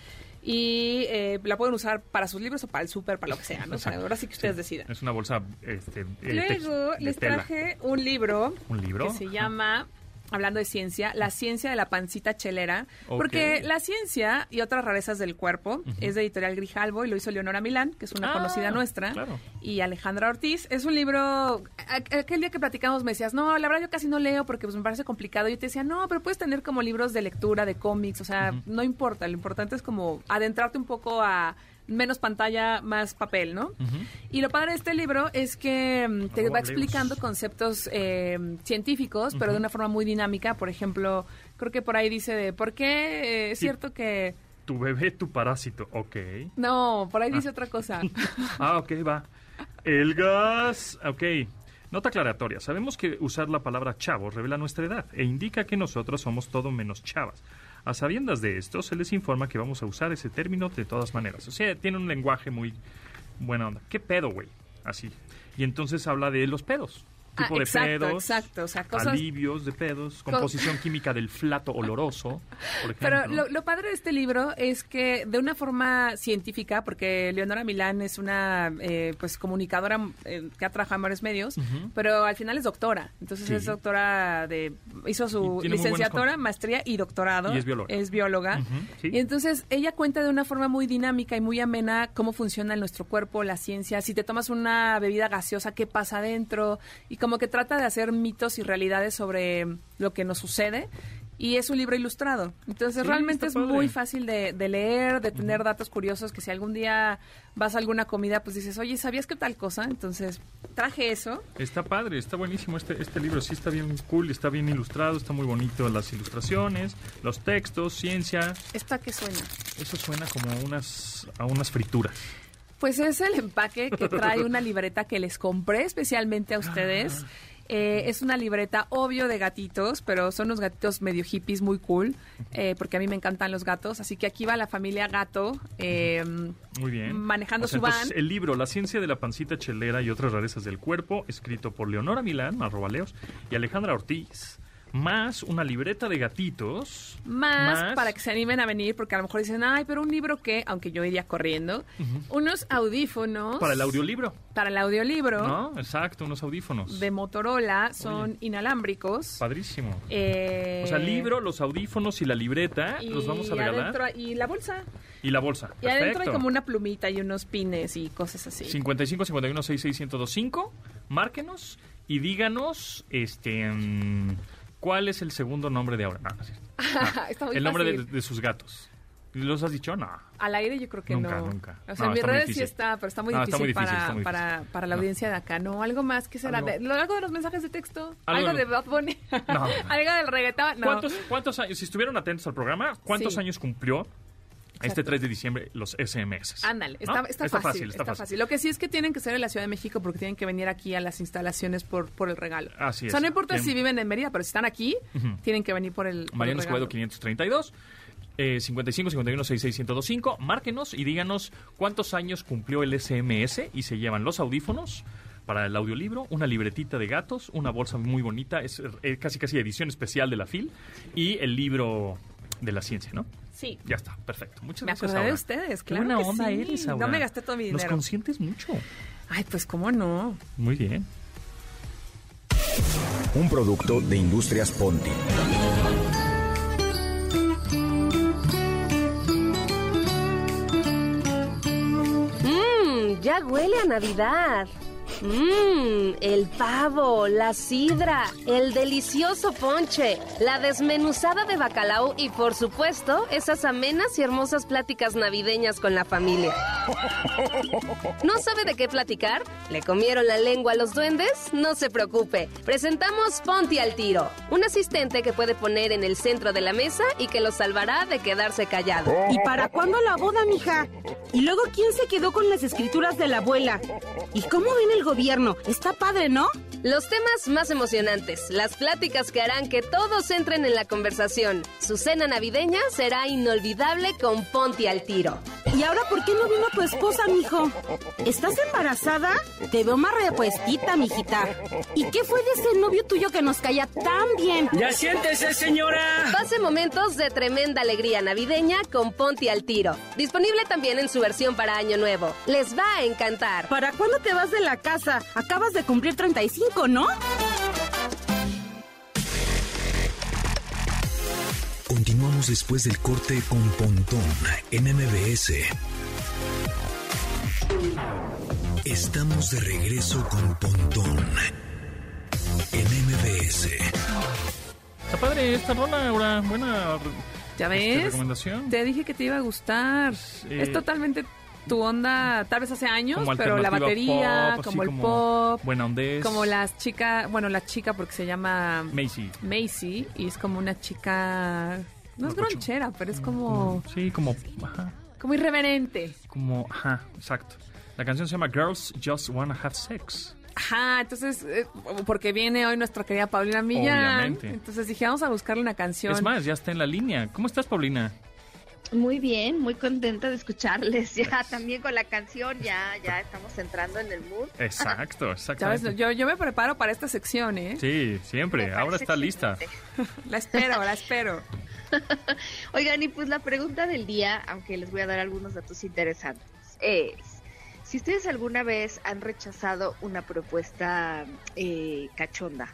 C: y eh, la pueden usar para sus libros o para el súper, para lo que sea.
B: [laughs]
C: ¿no? O sea,
B: Exacto.
C: ahora sí que ustedes
B: Sí.
C: decidan.
B: Es una bolsa este, eh, tex-
C: Luego
B: de
C: les
B: tela.
C: traje un libro
B: ¿Un libro?
C: que se
B: Ajá.
C: llama, hablando de ciencia, La ciencia de la pancita chelera.
B: Ok.
C: Porque la ciencia y otras rarezas del cuerpo es de editorial Grijalvo y lo hizo Leonora Milán, que es una
B: Ah,
C: conocida nuestra,
B: claro.
C: y Alejandra Ortiz. Es un libro, a- aquel día que platicamos me decías, no, la verdad yo casi no leo porque pues, me parece complicado. Yo te decía, no, pero puedes tener como libros de lectura, de cómics, o sea, no importa, lo importante es como adentrarte un poco a menos pantalla, más papel, ¿no?
B: Ujú.
C: Y lo padre de este libro es que mm, te
B: Arroba
C: va
B: libros.
C: explicando conceptos eh, científicos, pero de una forma muy dinámica. Por ejemplo, creo que por ahí dice de por qué eh, es
B: Sí.
C: cierto que...
B: Tu bebé, tu parásito. Ok.
C: No, por ahí dice otra cosa.
B: [laughs] Ah, ok, va. El gas. Ok. Nota aclaratoria. Sabemos que usar la palabra chavos revela nuestra edad e indica que nosotros somos todo menos chavas. A sabiendas de esto, se les informa que vamos a usar ese término de todas maneras. O sea, tiene un lenguaje muy buena onda. ¿Qué pedo, güey? Así. Y entonces habla de los pedos.
C: Ah,
B: Tipo de
C: exacto,
B: pedos.
C: exacto. O sea, cosas-
B: Alivios de pedos. Composición química del flato oloroso. Por ejemplo.
C: Pero lo, lo padre de este libro es que de una forma científica, porque Leonora Milán es una eh, pues comunicadora eh, que ha trabajado en varios medios, pero al final es doctora. Entonces
B: Sí.
C: es doctora de hizo su
B: Y tiene muy buenos
C: licenciatura,
B: con-
C: maestría y doctorado.
B: Y es bióloga.
C: Es bióloga.
B: Ujú, sí.
C: Y entonces ella cuenta de una forma muy dinámica y muy amena cómo funciona nuestro cuerpo, la ciencia, si te tomas una bebida gaseosa, qué pasa adentro y como que trata de hacer mitos y realidades sobre lo que nos sucede. Y es un libro ilustrado. Entonces, entonces,
B: Sí,
C: realmente es
B: está padre.
C: muy fácil de, de leer, de tener datos curiosos, que si algún día vas a alguna comida, pues dices, oye, ¿sabías que tal cosa? Entonces, traje eso.
B: Está padre, está buenísimo este, este libro, sí está bien cool, está bien ilustrado, está muy bonito las ilustraciones, los textos, ciencia,
C: ¿Esta qué suena?
B: eso suena como a unas, a unas frituras.
C: Pues es el empaque que trae una libreta que les compré especialmente a
B: Ah.
C: ustedes. Eh, es una libreta, obvio, de gatitos, pero son unos gatitos medio hippies, muy cool, eh, porque a mí me encantan los gatos. Así que aquí va la familia gato. eh,
B: Muy bien.
C: Manejando
B: O sea,
C: su van.
B: entonces, El libro La ciencia de la pancita chelera y otras rarezas del cuerpo, escrito por Leonora Milán, arroba Leos, y Alejandra Ortiz, más una libreta de gatitos.
C: Más, para que se animen a venir, porque a lo mejor dicen, ay, pero un libro que, aunque yo iría corriendo, unos audífonos.
B: Para el audiolibro,
C: Para el audiolibro
B: ¿no? Exacto, unos audífonos.
C: de Motorola son inalámbricos.
B: Padrísimo.
C: eh,
B: O sea, libro, los audífonos y la libreta
C: y
B: los vamos a regalar.
C: adentro- y la bolsa.
B: Y la bolsa.
C: Y adentro hay
B: Perfecto.
C: como una plumita y unos pines y cosas así.
B: 55 51 66 1025. Márquenos y díganos este mm, cuál es el segundo nombre de ahora. No, no es cierto.
C: Ah, Está muy
B: el nombre de,
C: fácil.
B: de sus gatos. ¿Los has dicho? No.
C: Al aire yo creo que
B: Nunca,
C: no.
B: nunca.
C: O sea,
B: No,
C: en mis
B: está muy
C: redes sí
B: difícil.
C: está, pero está muy
B: No,
C: difícil,
B: está muy difícil,
C: para,
B: está muy
C: para-
B: difícil.
C: para la
B: No.
C: audiencia de acá, ¿no? Algo más, ¿qué será?
B: Algo-
C: De- ¿lo- ¿Algo de los mensajes de texto?
B: Algo
C: ¿Algo,
B: de-
C: de Bad Bunny?
B: [laughs] No.
C: [laughs] ¿Algo del reggaetón? No.
B: ¿Cuántos, ¿Cuántos años? Si estuvieron atentos al programa, ¿cuántos
C: Sí.
B: años cumplió este
C: Exacto.
B: 3 de diciembre los SMS?
C: Ándale,
B: ¿No?
C: está, está, fácil,
B: Está fácil.
C: Lo que sí es que tienen que ser en la Ciudad de México porque tienen que venir aquí a las instalaciones por, por el regalo.
B: Así
C: O sea,
B: es.
C: no importa
B: Bien.
C: si viven en Mérida, pero si están aquí,
B: Ujú.
C: tienen que venir por el, por
B: Mariano
C: el regalo.
B: Escobedo 532. Eh, 55 51 66 1025. Márquenos y díganos cuántos años cumplió el SMS y se llevan los audífonos para el audiolibro, una libretita de gatos, una bolsa muy bonita, es eh, casi casi edición especial de la FIL y el libro de la ciencia, ¿no?
C: Sí.
B: Ya está, perfecto. Muchas
C: Me
B: gracias.
C: acordé de
B: Aura.
C: ustedes,
B: Qué
C: claro
B: buena
C: que
B: onda
C: sí.
B: eres,
C: No
B: Aura.
C: me gasté todo mi
B: Nos
C: dinero.
B: consientes mucho.
C: Ay, pues cómo no.
B: Muy bien.
A: Un producto de Industrias Ponti.
E: Mmm, ya huele a Navidad. Mmm, el pavo, la sidra, el delicioso ponche, la desmenuzada de bacalao y por supuesto esas amenas y hermosas pláticas navideñas con la familia. ¿No sabe de qué platicar? ¿Le comieron la lengua a los duendes? No se preocupe. Presentamos Ponti al Tiro, un asistente que puede poner en el centro de la mesa y que lo salvará de quedarse callado.
F: ¿Y para cuándo la boda, mija? Y luego, ¿quién se quedó con las escrituras de la abuela? ¿Y cómo ven el gobierno? Está padre, ¿no?
E: Los temas más emocionantes, las pláticas que harán que todos entren en la conversación. Su cena navideña será inolvidable con Ponti al tiro.
F: ¿Y ahora por qué no vino tu esposa, mijo? ¿Estás embarazada? Te veo más repuestita, mijita. ¿Y qué fue de ese novio tuyo que nos caía tan bien?
G: ¡Ya siéntese, señora!
E: Pase momentos de tremenda alegría navideña con Ponti al Tiro. Disponible también en su versión para Año Nuevo. Les va a encantar.
F: ¿Para cuándo te vas de la casa? Acabas de cumplir 35, ¿no?
A: Continuamos después del corte con Pontón en MBS. Estamos de regreso con Pontón en MBS.
B: Está padre esta rola, ahora buena re-
C: ¿Ya
B: este,
C: ves?
B: recomendación.
C: Te dije que te iba a gustar. Es totalmente tu onda, tal vez hace años,
B: Como
C: pero la
B: alternativa
C: batería,
B: pop, así pues,
C: como el pop,
B: Buena ondez.
C: como las chicas, bueno, la chica porque se llama
B: Macy.
C: Macy y es como una chica, no es
B: Locochón.
C: gronchera, pero es como,
B: Sí, Mm, como... Ajá,
C: como irreverente.
B: como... Ajá, exacto. La canción se llama Girls Just Wanna Have Sex.
C: Ajá, entonces, eh, porque viene hoy nuestra querida Paulina Millán.
B: Obviamente.
C: Entonces dije, vamos a buscarle una canción.
B: Es más, ya está en la línea. ¿Cómo estás, Paulina?
H: Muy bien, muy contenta de escucharles [laughs] ya también con la canción, ya ya estamos entrando en el mood. [laughs]
B: Exacto,
C: Ya ves,
B: exactamente.
C: yo, yo me preparo para esta sección, ¿eh?
B: Sí,
H: Me
B: siempre.
H: parece
B: Ahora está lista.
H: excelente.
C: La espero, la espero.
H: Oigan, y pues la pregunta del día, aunque les voy a dar algunos datos interesantes, es si ustedes alguna vez han rechazado una propuesta eh, cachonda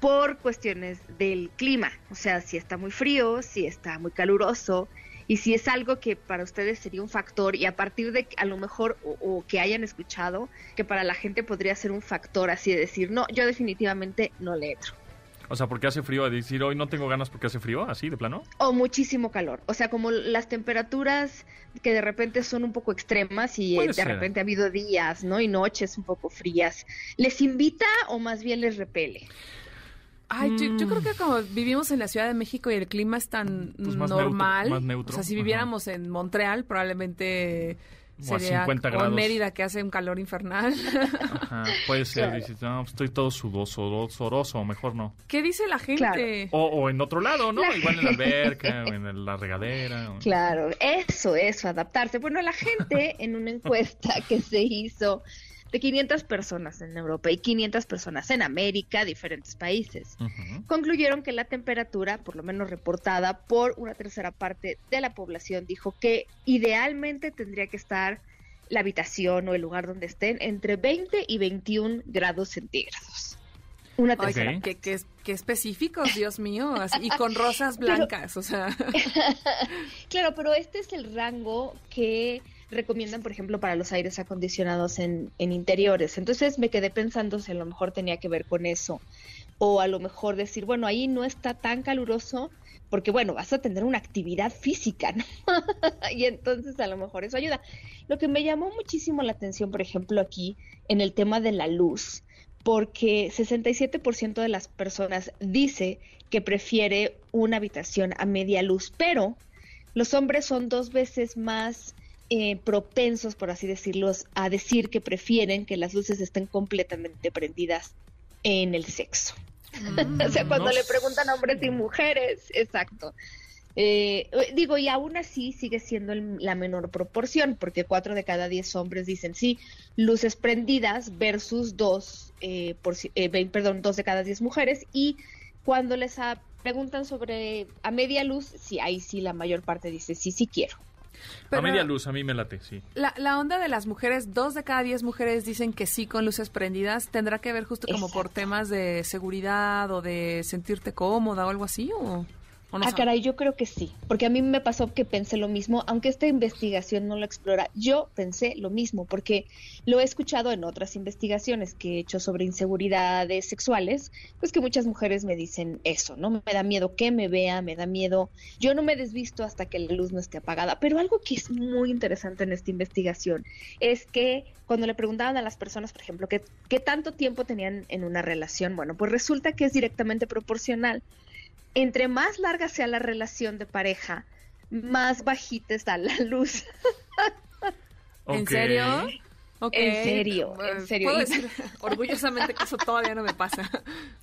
H: por cuestiones del clima, o sea, si está muy frío, si está muy caluroso, y si es algo que para ustedes sería un factor y a partir de que a lo mejor o, o que hayan escuchado que para la gente podría ser un factor así de decir, no, yo definitivamente no le entro.
B: O sea, porque hace frío, a decir hoy no tengo ganas porque hace frío, así de plano.
H: O muchísimo calor. O sea, como las temperaturas que de repente son un poco extremas y eh,
B: Puede
H: de
B: ser.
H: repente ha habido días, ¿no? Y noches un poco frías. ¿Les invita o más bien les repele?
C: Ay, yo, yo creo que como vivimos en la Ciudad de México y el clima es tan
B: Mm. Pues más
C: normal,
B: neutro, más neutro,
C: o sea, si
B: ajá.
C: viviéramos en Montreal probablemente
B: O a
C: sería
B: 50
C: o en
B: grados.
C: Mérida que hace un calor infernal. [laughs]
B: Ajá, puede ser. Dices, no, pues, estoy todo sudoso, soroso, mejor no.
C: ¿Qué dice la gente?
B: O, o en otro lado, ¿no? Igual en la
H: [laughs]
B: alberca, o en la regadera. o-
H: Claro, eso, eso, adaptarse. Bueno,
B: [laughs]
H: la gente en una encuesta que se hizo de 500 personas en Europa y 500 personas en América, diferentes países.
B: Ujú.
H: concluyeron que la temperatura, por lo menos reportada por una tercera parte de la población, dijo que idealmente tendría que estar la habitación o el lugar donde estén entre 20 y 21 grados centígrados. Una
C: Ay,
H: tercera.
B: Ok.
C: qué, qué- qué específicos, Dios mío, así, y con rosas blancas,
B: [laughs]
C: o sea,
H: [laughs] Claro, pero este es el rango que recomiendan, por ejemplo, para los aires acondicionados en, en interiores. Entonces me quedé pensando si a lo mejor tenía que ver con eso. O a lo mejor decir, bueno, ahí no está tan caluroso porque, bueno, vas a tener una actividad física, ¿no? [laughs] y entonces a lo mejor eso ayuda. Lo que me llamó muchísimo la atención, por ejemplo, aquí en el tema de la luz, porque 67% de las personas dice que prefiere una habitación a media luz, pero los hombres son dos veces más eh, propensos, por así decirlo, a decir que prefieren que las luces estén completamente prendidas en el sexo. o sea, cuando
B: no
H: le preguntan a hombres y
B: sé.
H: mujeres, exacto. Eh, digo, y aún así sigue siendo el- la menor proporción, porque cuatro de cada diez hombres dicen sí, luces prendidas versus dos, eh, por, ci- eh, vein- perdón, dos de cada diez mujeres. Y cuando les a- preguntan sobre a media luz, sí, ahí sí la mayor parte dice sí, sí quiero.
C: Pero-
B: A media luz, a mí me late, sí.
C: la, la onda de las mujeres, dos de cada diez mujeres dicen que sí con luces prendidas, ¿tendrá que ver justo como por temas de seguridad o de sentirte cómoda o algo así? ¿O, o no
H: ah,
C: sabe?
H: caray, yo creo que sí, porque a mí me pasó que pensé lo mismo, aunque esta investigación no lo explora, yo pensé lo mismo, porque lo he escuchado en otras investigaciones que he hecho sobre inseguridades sexuales, pues que muchas mujeres me dicen eso, ¿no? Me da miedo que me vea, me da miedo, yo no me desvisto hasta que la luz no esté apagada, pero algo que es muy interesante en esta investigación es que cuando le preguntaban a las personas, por ejemplo, que qué tanto tiempo tenían en una relación, bueno, pues resulta que es directamente proporcional entre más larga sea la relación de pareja, más bajita está la luz.
C: ¿En
B: Ok.
C: serio? Ok.
H: En serio, en
C: Eh,
H: serio.
C: Puedo
H: Y-
C: decir [laughs] orgullosamente que eso todavía no me pasa.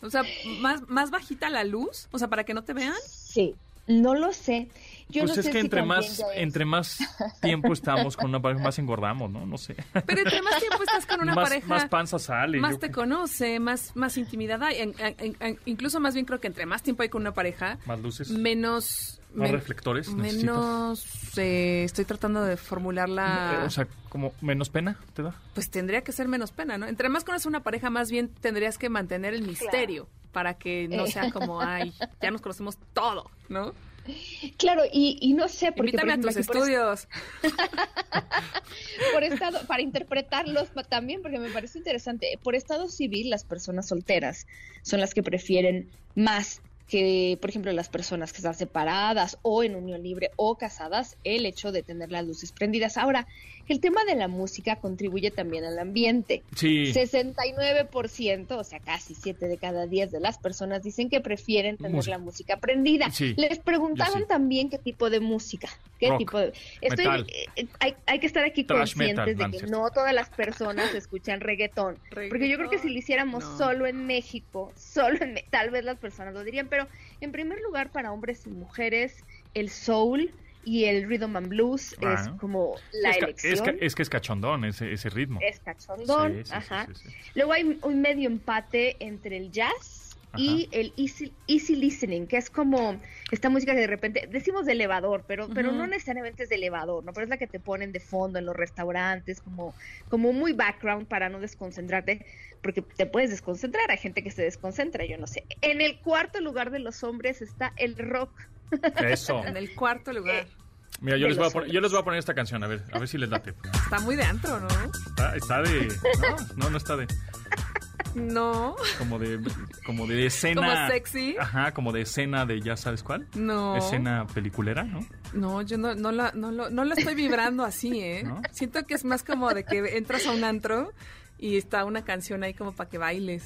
C: O sea, más, más bajita la luz, o sea, para que no te vean.
H: Sí. No lo sé. Yo
B: pues
H: no
B: es que
H: sé si
B: entre
H: también
B: más,
H: ya es.
B: entre
H: [laughs]
B: más tiempo estamos con una pareja, más engordamos, ¿no? No sé.
C: Pero entre más tiempo estás con una
B: más,
C: pareja,
B: más panza sale.
C: más
B: yo
C: te
B: creo.
C: conoce, más, más intimidad hay. En- en- en- incluso más bien creo que entre más tiempo hay con una pareja,
B: Más luces. Eh,
C: menos...
B: Más reflectores necesitas.
C: Menos... eh, estoy tratando de formularla...
B: Eh, O sea, como menos pena te da.
C: pues tendría que ser menos pena, ¿no? Entre más conoces una pareja, más bien tendrías que mantener el misterio para que no
H: Eh.
C: sea como, ay, ya nos conocemos todo, ¿no?
H: Claro, y, y no sé, porque por
C: Invítame a
H: ejemplo,
C: tus
H: aquí por es-
C: estudios.
H: por estado, para interpretarlos pa- también, porque me parece interesante, por estado civil las personas solteras son las que prefieren más que, por ejemplo, las personas que están separadas o en unión libre o casadas, el hecho de tener las luces prendidas. Ahora, el tema de la música contribuye también al ambiente.
B: Sí.
H: 69%, o sea, casi 7 de cada 10 de las personas dicen que prefieren tener
B: Música.
H: la música prendida.
B: Sí,
H: Les preguntaban
B: sí.
H: también qué tipo de música, qué
B: Rock,
H: tipo de... Estoy-
B: metal.
H: eh, hay, hay que estar aquí
B: Thrash metal,
H: conscientes
B: no, no
H: de
B: es
H: que
B: cierto.
H: no todas las personas escuchan reggaetón, porque yo creo que si lo hiciéramos
C: No.
H: solo en México, solo en, Me- tal vez las personas lo dirían, pero en primer lugar para hombres y mujeres, el soul y el rhythm and blues es
B: Ah.
H: como la
B: es, ca- es
H: elección.
B: ca- es que es cachondón ese, ese ritmo.
H: es cachondón,
B: Sí, sí, sí,
H: ajá.
B: sí, sí.
H: Luego hay un medio empate entre el jazz y el easy, easy listening, que es como esta música que de repente decimos de elevador, pero, pero
C: Ujú.
H: no necesariamente es de elevador, ¿no? Pero es la que te ponen de fondo en los restaurantes, como, como muy background para no desconcentrarte, porque te puedes desconcentrar, hay gente que se desconcentra, yo no sé. En el cuarto lugar de los hombres está el rock. [laughs]
B: Eso.
C: En el cuarto lugar.
B: Mira, yo
H: de
B: les, voy a
H: los
B: poner, yo les voy a poner esta canción, a ver, a ver si les late.
C: Está muy de antro, ¿no?
B: Está, está de. No, no, no está de.
C: No.
B: Como de. Como de escena.
C: Como sexy.
B: Ajá, como de escena de ya sabes cuál.
C: No.
B: Escena peliculera, Ah. ¿no?
C: No, yo no, no, la, no, lo, no la estoy vibrando así,
B: [laughs]
C: ¿eh?
B: ¿No?
C: Siento que es más como de que entras a un antro y está una canción ahí como para que bailes.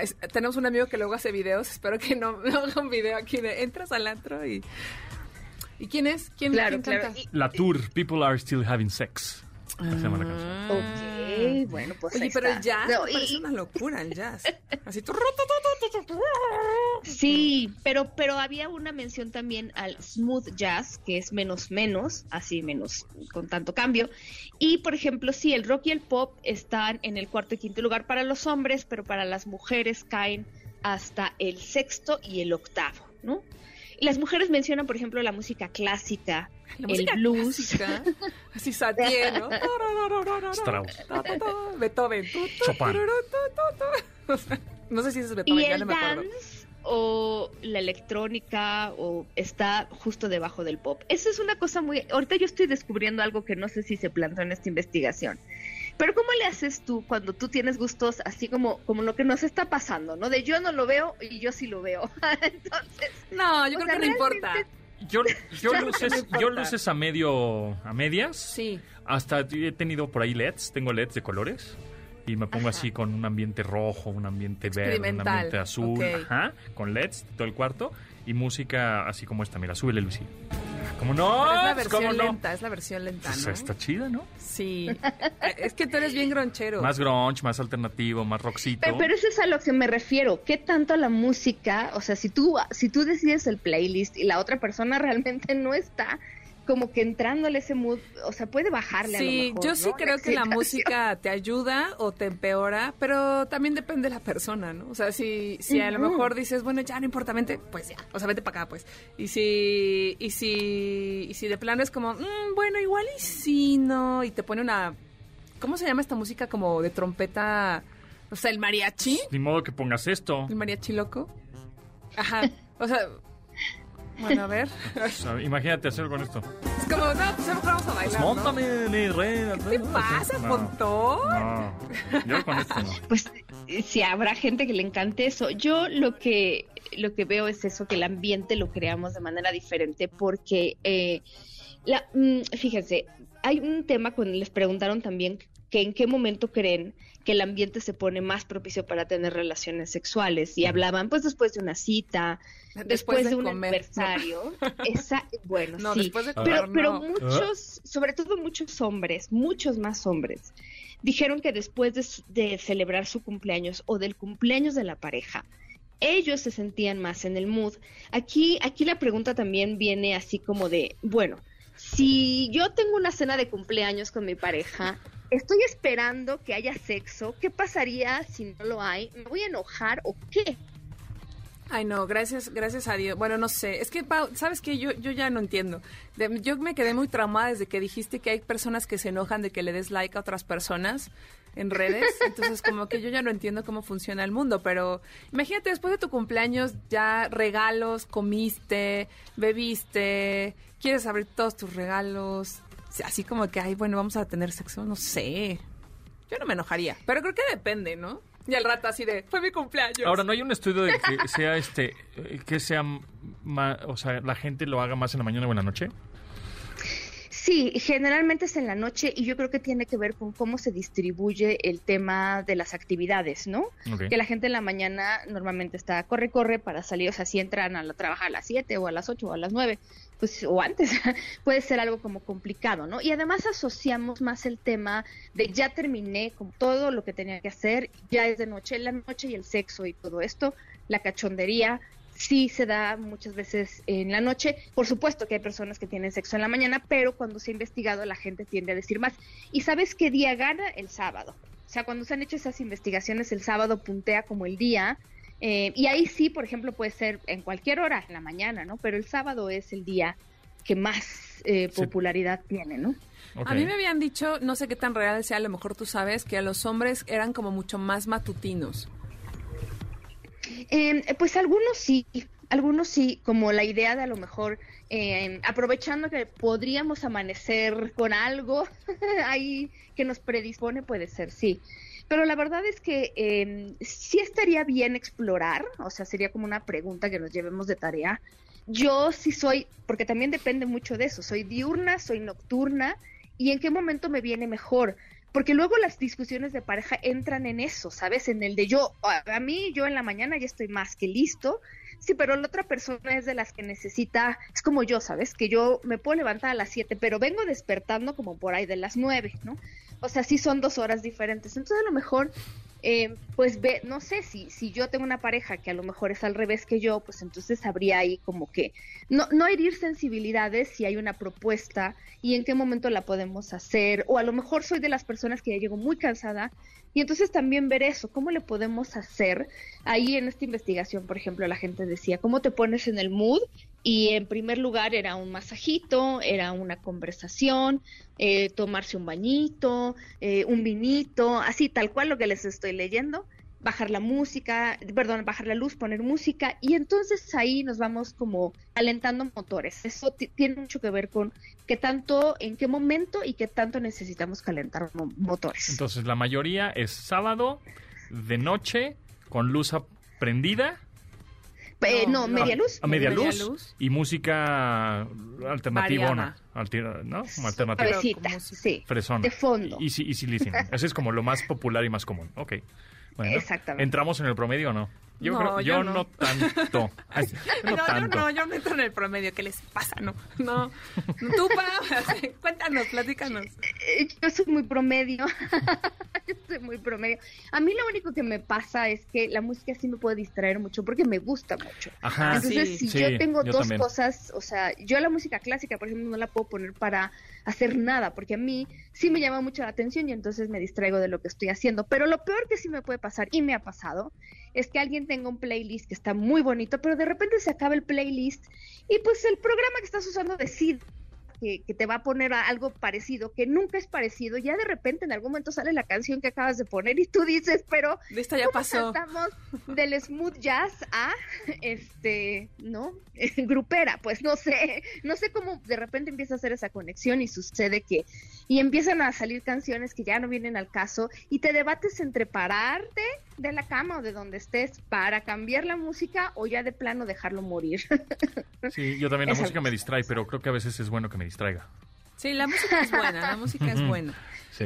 C: Es- tenemos un amigo que luego hace videos, espero que no, [laughs] no haga un video aquí de entras al antro y... ¿Y quién es? ¿Quién,
H: Claro,
C: quién
H: claro.
C: canta?
H: Y-
B: La tour, People Are Still Having Sex. Así se llama la canción.
C: Mm.
H: Oh. ok, bueno, pues ahí
C: Oye, pero
H: está.
C: el jazz
H: No,
C: me
H: y-
C: parece una locura, el
H: [laughs]
C: jazz. Así... tu, ru, tu, tu, tu, tu, tu, tu.
H: Sí, pero, pero había una mención también al smooth jazz, que es menos menos, así menos con tanto cambio. Y por ejemplo, sí, el rock y el pop están en el cuarto y quinto lugar para los hombres, pero para las mujeres caen hasta el sexto y el octavo, ¿no? Y las mujeres mencionan, por ejemplo, la música clásica,
C: La música
H: el blues.
C: clásica, así satie,
H: [laughs]
C: ¿no?
B: Strauss.
C: Ta, ta, ta, Beethoven. Tu, tu,
B: Chopin.
C: tururú, tu, tu, tu. [laughs] O sea, No sé si es
H: Y
C: Beethoven, ya
H: el
C: no me acuerdo.
H: dance o la electrónica o está justo debajo del pop. Eso es una cosa muy... Ahorita yo estoy descubriendo algo que no sé si se plantó en esta investigación. Pero ¿cómo le haces tú cuando tú tienes gustos así como, como lo que nos está pasando, ¿no? De yo no lo veo y yo sí lo veo. [laughs] Entonces,
C: No, yo
H: o
C: creo
H: sea,
C: que no importa. [laughs]
H: realmente-
B: Yo, yo,
H: Claro que no
B: luces,
H: importa.
B: yo luces a medio. a medias.
C: Sí.
B: Hasta he tenido por ahí LEDs, tengo LEDs de colores. Y me pongo así con un ambiente rojo, un ambiente verde, un
C: Experimental,
B: ambiente azul,
C: ok.
B: ajá, con LEDs de todo el cuarto y música así como esta. Mira, súbele, Lucía. ¿Cómo no?
C: Pero es la
B: Pues, ¿Cómo
C: versión
B: no?
C: lenta, es la versión lenta,
B: Pues,
C: ¿no?
B: está chida, ¿no?
C: Sí. Eh, Es que tú eres bien gronchero.
B: Más grunge, más alternativo, más rockcito.
H: Pero, pero eso es a lo que me refiero. ¿Qué tanto la música? O sea, si tú, si tú decides el playlist y la otra persona [laughs] realmente no está como que entrándole ese mood, o sea, puede bajarle a lo
C: Sí,
H: mejor,
C: yo sí
H: ¿no?
C: creo que la
H: excitación.
C: música te ayuda o te empeora, pero también depende de la persona, ¿no? O sea, si, si a lo
H: Ujú.
C: mejor dices, bueno, ya no importa, vente, pues ya, o sea, vete para acá, pues. Y si, y si, y si de plano es como, "Mm, bueno, igual y si no, y te pone una, ¿cómo se llama esta música como de trompeta? O sea, el mariachi,
B: Ni modo que pongas esto.
C: el mariachi loco. Ajá, o sea, bueno, a ver,
B: O sea, imagínate hacer con esto.
C: es como, no, pues a lo mejor vamos a
B: Pues
C: bailar, ¿no?
B: montame, mi reina.
C: ¿Qué te pasa,
B: No,
C: Pontón?
B: No, yo con esto no.
H: Pues eh, sí, habrá gente que le encante eso. Yo lo que, lo que veo es eso, que el ambiente lo creamos de manera diferente porque, eh, la, mm, fíjense, hay un tema cuando les preguntaron también que en qué momento creen que el ambiente se pone más propicio para tener relaciones sexuales y hablaban pues después de una cita, después, de, un
C: comer. [laughs]
H: aniversario. Esa, bueno,
C: No,
H: sí.
C: después de
H: Pero,
C: comer,
H: pero
C: no.
H: muchos, sobre todo muchos hombres, muchos más hombres, dijeron que después de, su- de celebrar su cumpleaños o del cumpleaños de la pareja, ellos se sentían más en el mood. Aquí, aquí la pregunta también viene así como de, bueno, si yo tengo una cena de cumpleaños con mi pareja, estoy esperando que haya sexo, ¿qué pasaría si no lo hay? ¿Me voy a enojar o qué?
C: Ay, no, gracias, gracias a Dios. Bueno, no sé. Es que, Pau, ¿sabes qué? Yo, yo ya no entiendo. De- yo me quedé muy traumada desde que dijiste que hay personas que se enojan de que le des like a otras personas en redes. Entonces, como que yo ya no entiendo cómo funciona el mundo. Pero imagínate, después de tu cumpleaños, ya regalos, comiste, bebiste, quieres abrir todos tus regalos. Así como que, ay, bueno, vamos a tener sexo. No sé. Yo no me enojaría. Pero creo que depende, ¿no? Y al rato así de, fue mi cumpleaños.
B: [laughs] Ahora, ¿no hay un estudio de que sea este, eh, que sea, m- ma- o sea, la gente lo haga más en la mañana o en la noche?
H: Sí, generalmente es en la noche y yo creo que tiene que ver con cómo se distribuye el tema de las actividades, ¿no?
B: Ok.
H: Que la gente en la mañana normalmente está corre, corre para salir, o sea, si entran a la, trabajar a las 7 o a las 8 o a las 9, pues o antes, [laughs] puede ser algo como complicado, ¿no? Y además asociamos más el tema de ya terminé con todo lo que tenía que hacer, ya es de noche, la noche y el sexo y todo esto, la cachondería, sí se da muchas veces en la noche. Por supuesto que hay personas que tienen sexo en la mañana, pero cuando se ha investigado la gente tiende a decir más. ¿Y sabes qué día gana? El sábado. O sea, cuando se han hecho esas investigaciones, el sábado puntea como el día. eh, y ahí sí, por ejemplo, puede ser en cualquier hora, en la mañana, ¿no? Pero el sábado es el día que más eh,
B: Sí.
H: popularidad tiene, ¿no?
B: Ok.
C: A mí me habían dicho, no sé qué tan real sea, a lo mejor tú sabes, que a los hombres eran como mucho más matutinos.
H: Eh, pues algunos sí, algunos sí, como la idea de a lo mejor eh, aprovechando que podríamos amanecer con algo [laughs] ahí que nos predispone, puede ser, sí. Pero la verdad es que eh, sí estaría bien explorar, o sea, sería como una pregunta que nos llevemos de tarea. Yo sí soy, porque también depende mucho de eso, soy diurna, soy nocturna y en qué momento me viene mejor. Porque luego las discusiones de pareja entran en eso, ¿sabes? En el de yo, a a mí, yo en la mañana ya estoy más que listo. Sí, pero la otra persona es de las que necesita, es como yo, ¿sabes? Que yo me puedo levantar a las 7, pero vengo despertando como por ahí de las 9, ¿no? O sea, sí son dos horas diferentes. Entonces, a lo mejor, eh, pues ve, no sé si, si yo tengo una pareja que a lo mejor es al revés que yo, pues entonces habría ahí como que no, no herir sensibilidades si hay una propuesta y en qué momento la podemos hacer. O a lo mejor soy de las personas que ya llego muy cansada y entonces también ver eso, cómo le podemos hacer. Ahí en esta investigación, por ejemplo, la gente decía, ¿cómo te pones en el mood? Y en primer lugar era un masajito, era una conversación, eh, tomarse un bañito, eh, un vinito, así tal cual lo que les estoy leyendo bajar la música, perdón, bajar la luz, poner música, y entonces ahí nos vamos como alentando motores. Eso ti- tiene mucho que ver con qué tanto, en qué momento y qué tanto necesitamos calentar mo- motores.
B: Entonces, la mayoría es sábado, de noche, con luz ap- prendida.
H: Eh,
C: No,
H: no,
C: no.
H: media luz.
B: A media,
C: Media
B: luz,
C: luz.
B: y música alternativona,
C: Variada.
B: alter- ¿no? Como
C: Pero
B: alternativa,
C: con
H: Suavecita,
C: música.
H: sí.
B: fresona.
H: De fondo.
B: Y sí, y sí,
H: [laughs]
B: listening. Ese es como lo más popular y más común. Ok. Bueno,
H: Exactamente.
B: ¿Entramos en el promedio o no? Yo,
C: No,
B: creo,
C: yo
B: yo,
C: no.
B: no. tanto. Ay, yo
C: [laughs] No,
B: no
C: yo
B: tanto.
C: no, yo no entro en el promedio. ¿Qué les pasa? No, [laughs] no. Tú, Pau, cuéntanos, platícanos.
H: Eh, yo soy muy promedio. [laughs] Yo soy muy promedio. A mí lo único que me pasa es que la música sí me puede distraer mucho porque me gusta mucho.
B: Ajá.
H: Entonces,
C: Ah, sí.
H: si
B: Sí,
H: yo tengo
B: yo
H: dos
B: también.
H: cosas, o sea, yo la música clásica, por ejemplo, no la puedo poner para hacer nada, porque a mí sí me llama mucho la atención y entonces me distraigo de lo que estoy haciendo. Pero lo peor que sí me puede pasar, y me ha pasado, es que alguien tenga un playlist que está muy bonito, pero de repente se acaba el playlist y pues el programa que estás usando decide que, que te va a poner a- algo parecido, que nunca es parecido, ya de repente en algún momento sale la canción que acabas de poner y tú dices, pero
C: Listo, ya pasó.
H: Estamos del smooth jazz a este, ¿no? [laughs] Grupera, pues no sé, no sé cómo de repente empieza a hacer esa conexión y sucede que y empiezan a salir canciones que ya no vienen al caso y te debates entre pararte de la cama o de donde estés para cambiar la música o ya de plano dejarlo morir. [laughs]
B: Sí, yo también. La
H: Esa
B: música me
H: luz.
B: distrae, pero creo que a veces es bueno que me distraiga.
C: Sí, la música es buena, la música es buena.
B: Sí.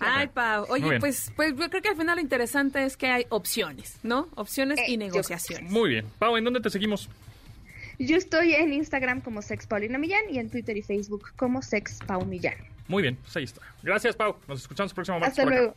C: Ay, Pau.
B: Muy
C: Oye,
B: bien.
C: pues, pues yo creo que al final lo interesante es que hay opciones, ¿no? Opciones
H: Eh,
C: y
H: yo-
C: negociaciones.
B: Muy bien. Pau, ¿en dónde te seguimos?
H: Yo estoy en Instagram como Sex Paulina Millán y en Twitter y Facebook como Sex Pau Millán.
B: Muy bien, pues ahí está. Gracias, Pau. Nos escuchamos el próximo martes.
H: Hasta
B: por acá.
H: luego.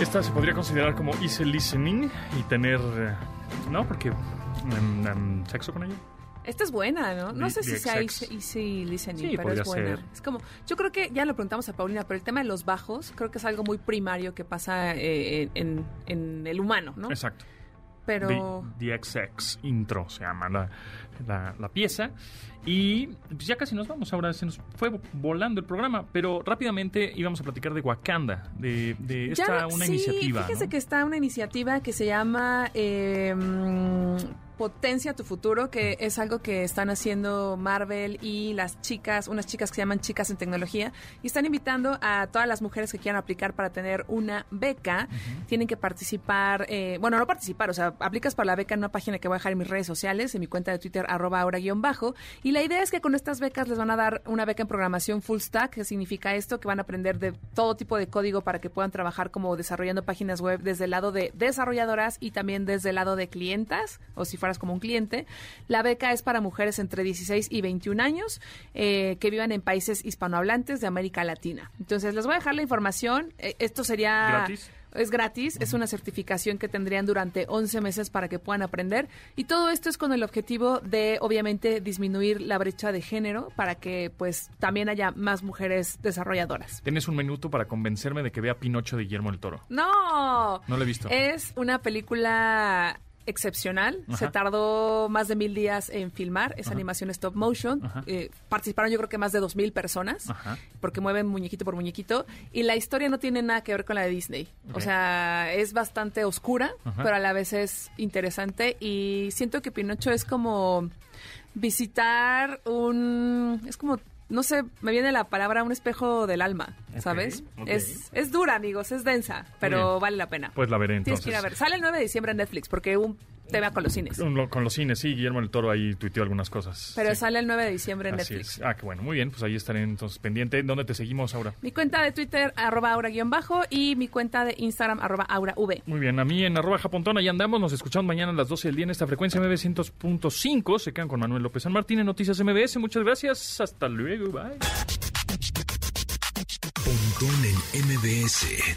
B: Esta se podría considerar como easy listening y tener. eh, No, porque. em, em, ¿Sexo con ella?
C: Esta es buena, ¿no? No
B: Di-
C: sé si
B: direct
C: sea
B: sex.
C: easy, easy listening,
B: Sí,
C: pero es
B: podría
C: buena.
B: ser.
C: Es como, yo creo que ya lo preguntamos a Paulina, pero el tema de los bajos creo que es algo muy primario que pasa eh, en, en el humano, ¿no?
B: Exacto.
C: Pero
B: The, The XX Intro se llama la, la- la pieza. Y pues ya casi nos vamos, ahora se nos fue volando el programa, pero rápidamente íbamos a platicar de Wakanda, de, de eh,
C: Ya
B: esta
C: no-
B: una
C: sí,
B: iniciativa.
C: Fíjese
B: ¿no?
C: que está una iniciativa que se llama eh, mm, Potencia tu futuro, que es algo que están haciendo Marvel y las chicas, unas chicas que se llaman Chicas en Tecnología, y están invitando a todas las mujeres que quieran aplicar para tener una beca. Tienen que participar, eh, bueno, no participar, o sea, aplicas para la beca en una página que voy a dejar en mis redes sociales, en mi cuenta de Twitter, arroba ahora guión bajo. Y la idea es que con estas becas les van a dar una beca en programación full stack, que significa esto, que van a aprender de todo tipo de código para que puedan trabajar como desarrollando páginas web desde el lado de desarrolladoras y también desde el lado de clientas, o si fueras como un cliente. La beca es para mujeres entre 16 y 21 años eh, que vivan en países hispanohablantes de América Latina. Entonces, les voy a dejar la información. Eh, esto sería...
B: ¿Gratis?
C: Es gratis, es una certificación que tendrían durante 11 meses para que puedan aprender. Y todo esto es con el objetivo de, obviamente, disminuir la brecha de género para que, pues, también haya más mujeres desarrolladoras.
B: Tienes un minuto para convencerme de que vea Pinocho de Guillermo el Toro.
C: ¡No!
B: No lo he visto.
C: Es una película excepcional.
B: Ajá.
C: Se tardó más de mil días en filmar. Es animación stop motion.
B: Ajá.
C: Eh, participaron yo creo que más de dos mil personas.
B: Ajá.
C: Porque mueven muñequito por muñequito. Y la historia no tiene nada que ver con la de Disney.
B: Ok.
C: O sea, es bastante oscura,
B: Ajá.
C: pero a la vez es interesante. Y siento que Pinocho es como visitar un... Es como... No sé, me viene la palabra un espejo del alma,
B: Ok,
C: ¿sabes?
B: ok.
C: Es, es dura, amigos, es densa, pero
B: bien.
C: vale la pena.
B: Pues la veré
C: Tienes
B: entonces.
C: que ir a ver. Sale el 9 de diciembre en Netflix porque hubo un tema con los cines.
B: Con, lo- con los cines, sí, Guillermo el Toro ahí tuiteó algunas cosas.
C: Pero
B: Sí.
C: sale el 9 de diciembre en
B: Así
C: Netflix.
B: es. Ah, qué bueno, muy bien, pues ahí estaré entonces pendiente. ¿Dónde te seguimos ahora?
C: Mi cuenta de Twitter, arroba aura-bajo, y mi cuenta de Instagram, arroba aurav.
B: Muy bien, a mí en arroba japontón, ahí andamos, nos escuchamos mañana a las 12 del día en esta frecuencia 900.5. Se quedan con Manuel López San Martín en Noticias MBS. Muchas gracias, hasta luego, bye.
A: Pontón en MBS.